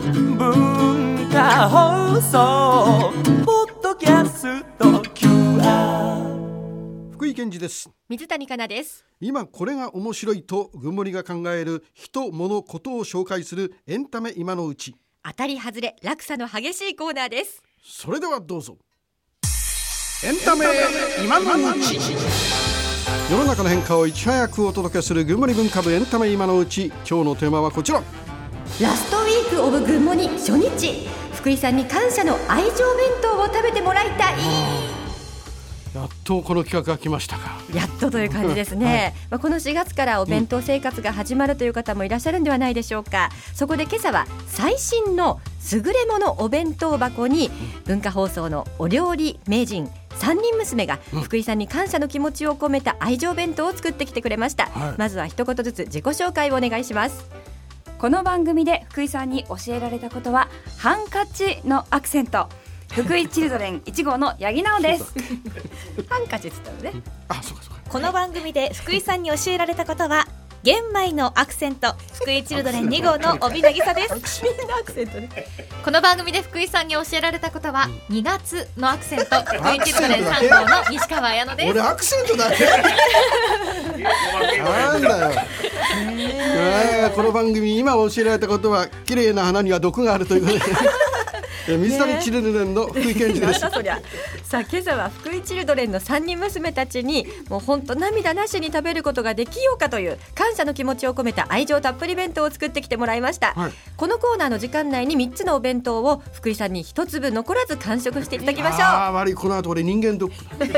文化放送ポッドキャスト QR 福井健二です水谷香奈です今これが面白いと群森が考える人物ことを紹介するエンタメ今のうち当たり外れ落差の激しいコーナーですそれではどうぞエンタメ今のうち世の中の変化をいち早くお届けする群森文化部エンタメ今のうち今日のテーマはこちらラストウィークオブグンモニ初日福井さんに感謝の愛情弁当を食べてもらいたいやっとこの企画が来ましたかやっとという感じですね、まあこの4月からお弁当生活が始まるという方もいらっしゃるんではないでしょうかそこで今朝は最新の優れものお弁当箱に文化放送のお料理名人三人娘が福井さんに感謝の気持ちを込めた愛情弁当を作ってきてくれました、はいまずは一言ずつ自己紹介をお願いしますこの番組で福井さんに教えられたことはハンカチのアクセント福井チルドレン1号の八木直です ハンカチつったのねあそうかそうかこの番組で福井さんに教えられたことは玄米のアクセント福井チルドレン2号の帯渚 ですみんなアクセントねこの番組で福井さんに教えられたことは、2月のアクセント福井チルドレンアクセント3だ号の西川綾乃です俺アクセントだねなんだよ、えー、この番組今教えられたことは綺麗な花には毒があるということでえー水谷チルドレンの福井健二なでんすだそりゃ さあ今朝は福井チルドレンの3人娘たちにもうほんと涙なしに食べることができようかという感謝の気持ちを込めた愛情たっぷり弁当を作ってきてもらいました、はいこのコーナーの時間内に3つのお弁当を福井さんに1粒残らず完食していただきましょうああ悪いこの後俺人間ドックそん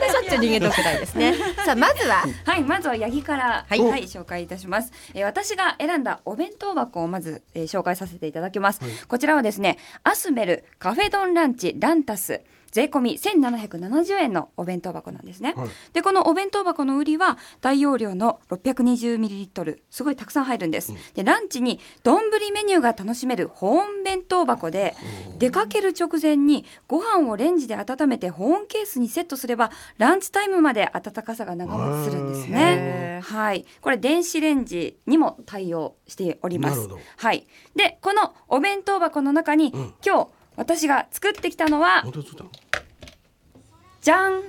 なしょっちゅう逃げとくないですねさあまずははいまずは八木からははいい、紹介いたします、えー、私が選んだお弁当箱をまず、えー、紹介させていただきます、こちらはですねアスメルカフェドンランチランタス税込み1770円のお弁当箱なんですね、はいでこのお弁当箱の売りは大容量の 620ml すごいたくさん入るんです、でランチに丼メニューが楽しめる保温弁当箱で出かける直前にご飯をレンジで温めて保温ケースにセットすればランチタイムまで温かさが長持ちするんですねはいこれ電子レンジにも対応しておりまなするほどはいでこのお弁当箱の中に、ん今日私が作ってきたのは本当にそうだじゃん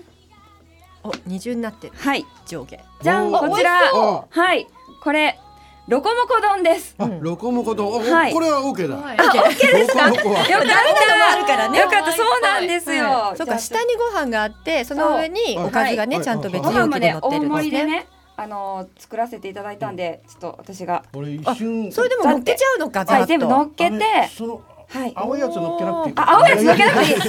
お二重になってるはい上下じゃんおーこちら美味しそうはいこれロコモコ丼ですあ、ロコモコと、おおはいこれはオーケーだ。はいオーケーですか。ロコモコは。よあかっるからたねよかったそうなんですよ、はいそうか下にご飯があってその上にそうおかずがね、はいちゃんと別ごご飯容ま器でで乗って大るん盛でりすでね。ね、あのー作らせていただいたんで、ちょっと私が。俺一瞬。それでも乗っけちゃうのかざはっい、と全部乗っけて。あれそのはい。あ、青いやつ乗っけなくていい。青いやつ乗っけな くていい。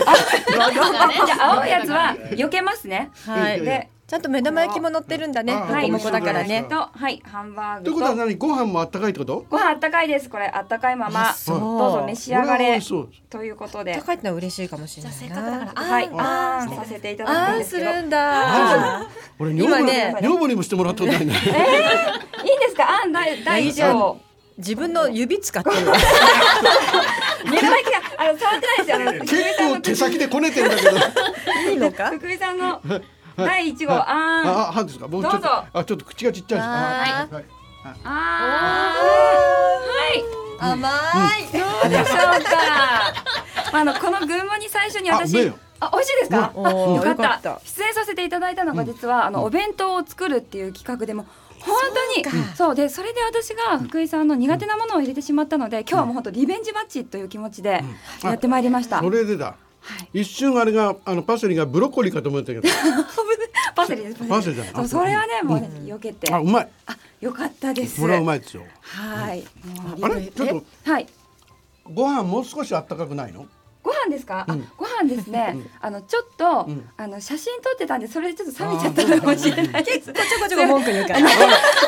あねじゃあ、青いやつは避けますね。はいいやいやで、ちゃんと目玉焼きも乗ってるんだね。あロはコい、モコだからね。と、はい、ハンバーというこグとはと。何、ご飯もあったかいってこと。ご飯あったかいです。これ、あったかいまま。そうどうぞ召し上これはが美れ味し。そうです。ということあっでた。かいってのは嬉しいかもしれないな。せっかくだからはい、ああーんさせていただあくんーですすけど。いるんだ。俺女房今に、ね女房にもしてもらったことないね。いですか、あん、大、大丈夫。自分の指使ってる。目玉焼きが、あの、触ってないですよあの。結構手先でこねてんだけど。いいのか。福井さんの第一号、はいあーん。 あ、あ、はんですか。もうちょどっうぞと、あ、ちょっと口がちっちゃいです。はい。あーん。はい。 甘い。どうでしょうか。あのこの群馬に最初にあねえ私よ。あ、美味しいですか。うんおーよかよっかったた。出演させていただいたのが実はあのお弁当を作るっていう企画でも。本当にそうでそれで私が福井さんの苦手なものを入れてしまったので今日はもう本当リベンジマッチという気持ちでうんやってまいりました、それでだ。一瞬あれが、あのパセリがブロッコリーかと思ったけど。 パセリですパセリじゃないそうそれはねもうね避けてあ、うまい。あよかったですこれはうまいですよ。はいもうあれ、ちょっと、はいご飯もう少しあったかくないの。ご飯ですか、あご飯ですね、あのちょっと、んあの写真撮ってたんでそれでちょっと冷めちゃったのかもしれないですちょこちょこ文句言うから。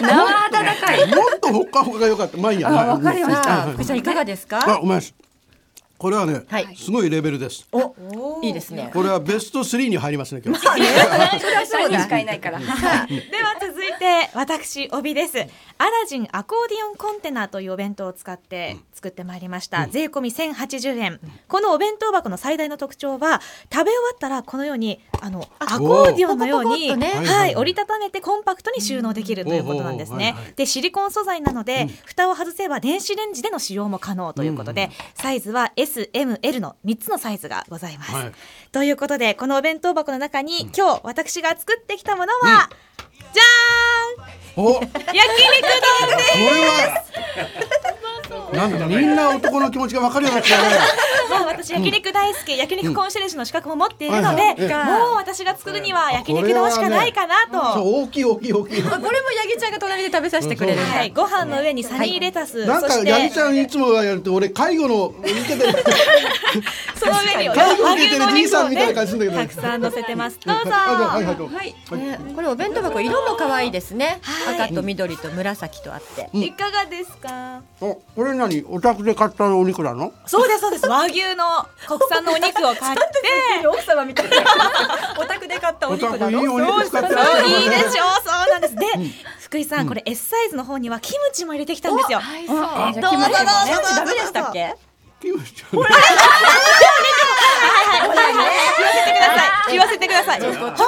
生温かいもっとほっかほかが良かった。まあいいや。あはいわかりましさあた福井さんいかがですあ、か。うまいです。これはね、はいすごいレベルです。おいいですねこれはベスト3に入りますね今日。 3人しかいないから。では続いて私帯ですアラジンアコーディオンコンテナというお弁当を使って作ってまいりました、税込み1080円、このお弁当箱の最大の特徴は食べ終わったらこのようにあのアコーディオンのようにポコポコっとねははいいはい折りたためてコンパクトに収納できるということなんですうんおね、ーおーはいはいでシリコン素材なので、蓋を外せば電子レンジでの使用も可能ということで、サイズは SML の3つのサイズがございます、はいということでこのお弁当箱の中に、今日私が作ってきたものは、じゃお、こーん焼肉丼ですれは。なんだみんな男の気持ちが分かるようになっちゃうね。 もう私焼肉大好き焼肉コンシェルジュの資格も持っているのはいはいで、もう私が作るには焼肉丼しかないかなと、そうは大きい大きい大きい。これもヤギちゃんが隣で食べさせてくれるんだい、ご飯の上にサニーレタス、なんそかしてヤギちゃんいつもはやると俺介護の受けてるその上に介護受けてる和牛のお肉をねじいさんみたいな感じするんだたけくど。さん乗せてますどうぞあじゃあはいはいどうぞはいねこれお弁当箱色も可愛いですね、赤と緑と紫とあって、いかがですかお、これ何お宅で買ったお肉なの？そうですそうです和牛の国産のお肉を買って奥様みたいなお宅で買ったお宅いいお肉使ってらっしゃそるういいでしょねうそうなんですで、福井さんこれ S サイズの方にはキムチも入れてきたんですよはい、そう。キムどうチぞもどねうぞダメでしたっけキムチちゃん。言わせてください言わせてください本当差し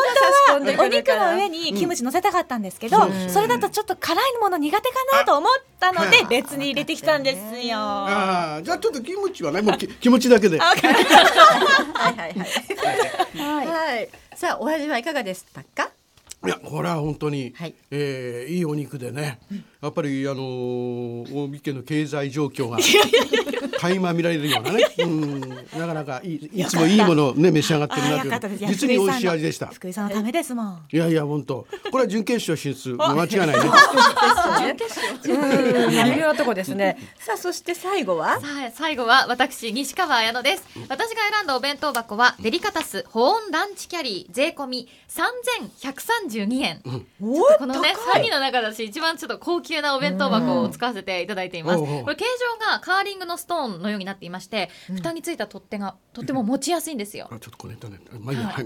込んではくおる肉からの上にキムチ乗せたかったんですけど、それだとちょっと辛いもの苦手かなと思ったので別に入れてきたんですよあああ、じゃあちょっとキムチはね、もうき気持ちだけで。はいはいはい、はい、さあお味はいかがでしたかいやこれは本当に、はいえーいいお肉でね、やっぱりあのー大井家の経済状況が垣間見られるようなね、うん、なかなかいいいつもいいものをね召し上がってるーなよかったというですいや実に美味しい味でした。福井さんの福井さんのためですもんいやいや本当これは準決勝進出間違いないね。微妙なとこですねさあそして最後はさあ最後は私西川彩乃です私が選んだお弁当箱はデリカタス保温ランチキャリー税込み3132円、ちょっとこのね3人の中だし一番ちょっと高級なお弁当箱を使わせていただいています、おうおうこれ形状がカーリングのストーンのようになっていまして、蓋についた取っ手がとても持ちやすいんですよ、あちょっとこねたね。まあいいやはい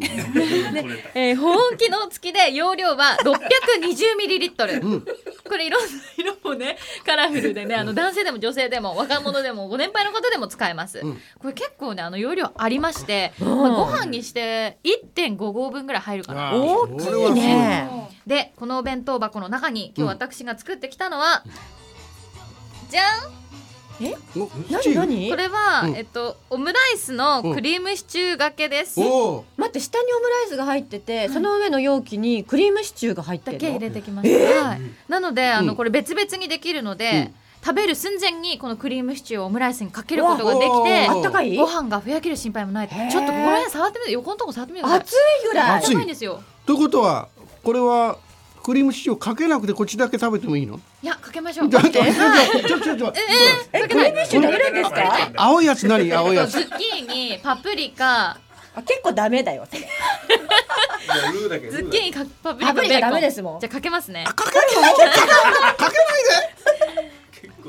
えー保温機能付きで容量は620ミリリットル。これいろんな色もね、カラフルでね、あの男性でも女性でも若者でもご年配の方でも使えます。これ結構ね、あの容量ありまして、これご飯にして1.5合分ぐらい入るかな。大大きいねで、このお弁当箱の中に今日私が作ってきたのは、じゃん何何これは、うんえっと、オムライスのクリームシチューがけです。おお待って下にオムライスが入ってて、その上の容器にクリームシチューが入ってだるけ入のれてきました、はい、なのであのこれ別々にできるので、食べる寸前にこのクリームシチューをオムライスにかけることができてうわあったかいご飯がふやける心配もないちょっとここら辺触ってみて横のとこ触ってみてください熱いぐらい熱いんですよということはこれはクリームシチューかけなくてこっちだけ食べてもいいの？いやかけましょうち ょっとちょっはいとちょっとちょっと待ってえー、かけないシチュー食べるんですか青いやつ何青いやつズ。ッキーニパプリカあ結構ダメだよそれズッキーニかパプリカパプリカベーコンダメですもんじゃあかけますねかけない で。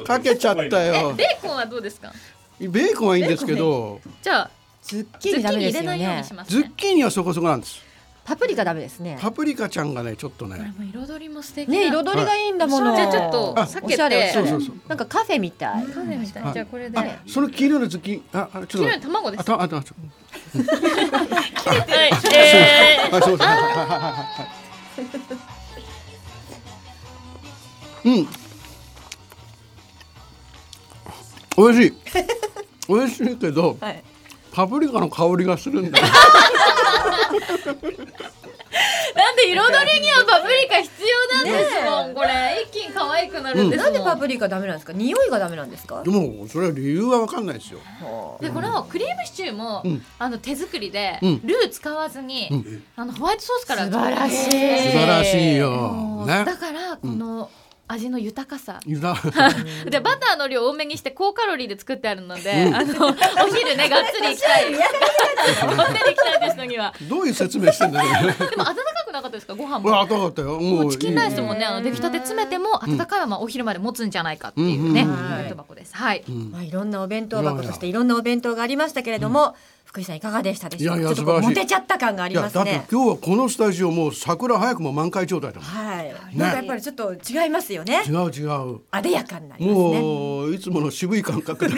かけちゃったえよ。ベーコンはどうですかベーコンはいいんですけど、じゃあズッキズーニッキダーニメで入すれよないようにねしますズッねキーニはそこそこなんです。パプリカダメですねパプリカちゃんがね、ちょっとこれね。も彩りも素敵なね彩りがいいんだもの、はいじゃあちょっとあ避けておしゃれおしそゃれうそうそうなんかカフェみたい、カフェみたいはいじゃあこれであ、その黄色のズッキーニ、あ、あちょ黄っ色いと。卵ですあと、あと、あと。はいえーあ、そうそうはいはいはい はいはい。うん。 美味しい。美味しいけど、はいパプリカの香りがする んだよ。なんで彩りにはパプリカ必要なんですもん、これ一気に可愛くなるんですも、なんんでパプリカダメなんですか匂いがダメなんですかでも、それは理由はわかんないですよ。でこのクリームシチューも、んあの手作りで、うんルー使わずに、うんあのホワイトソースから素晴らしい作って素晴らしいもよ。うね。だからこの味の豊かさ、ゆだ。でバターの量多めにして高カロリーで作ってあるので、あのお昼ねがっつり行きたいがっつり行きたいですのには どういう説明してんだろうね。でも温かくくなかったですかご飯うわ温もかかったよももうチキンライスもいいねあの出来たて詰めても温かいままお昼まで持つんじゃないかっていううねんうんお弁当箱ですはいまあ、いろんなお弁当いや箱いやそしていろんなお弁当がありましたけれども、福井さんいかがでしたでしょうかいやいやちょっとこ素晴らうしモいテちゃった感があいりやますだってね今日はこのスタジオもう桜早くも満開状態だもんはい、ねなんかやっぱりちょっと違いますよね違う違う艶やかになりますねもういつもの渋い感覚で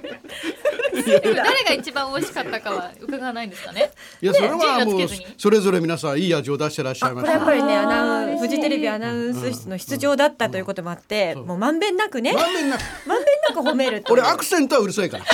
誰が一番美味しかったかは伺わないんですかねいやそれは順も位うはつけずにそれぞれ皆さんいい味を出してらっしゃいこまれしやたっぱりねあアーナウン嬉しフいジテレビアナウンス室の室長だったということもあってもうまんべんなくねまんべんなくまんべんなく褒めると俺アクセントはうるさいから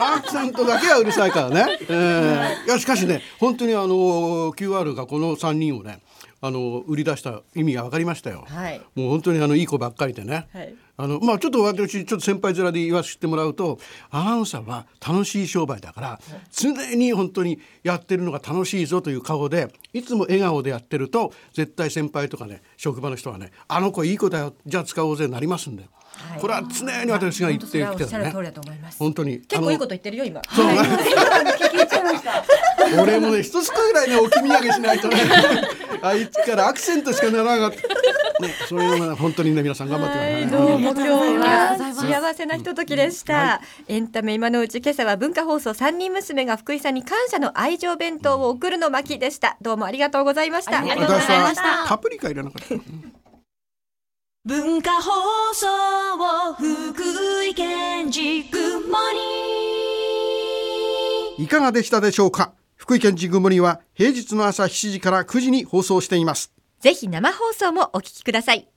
アクセントだけはうるさいからね、えーいやしかしね本当にあの QR がこの3人をねあの売り出した意味が分かりましたよ、はいもう本当にあのいい子ばっかりでね、はいあのまあちょっと私ちょっと先輩面で言わせてもらうとアナウンサーは楽しい商売だから常に本当にやってるのが楽しいぞという顔でいつも笑顔でやってると絶対先輩とかね職場の人はね「あの子いい子だよじゃあ使おうぜ」になりますんで、いこれは常に私が言ってきて本当そるれねはおっしゃる通りだと思います本当に結構いいことと言ってるよ今そう、俺もね一つくらいねお気見上げしないとねあいつからアクセントしかならなかった、ね、そういうのが本当にね皆さん頑張ってくださいね、どうも今日はありがとうござい幸せなひとときでした、エンタメ今のうち今朝は文化放送三人娘が福井さんに感謝の愛情弁当を送るの巻でしたどうもありがとうございましたありがとうございまし私たはパプリカいらなかった文化放送福井県ジグモニいかがでしたでしょうか福井県ジグモニは平日の朝7時から9時に放送していますぜひ生放送もお聞きください。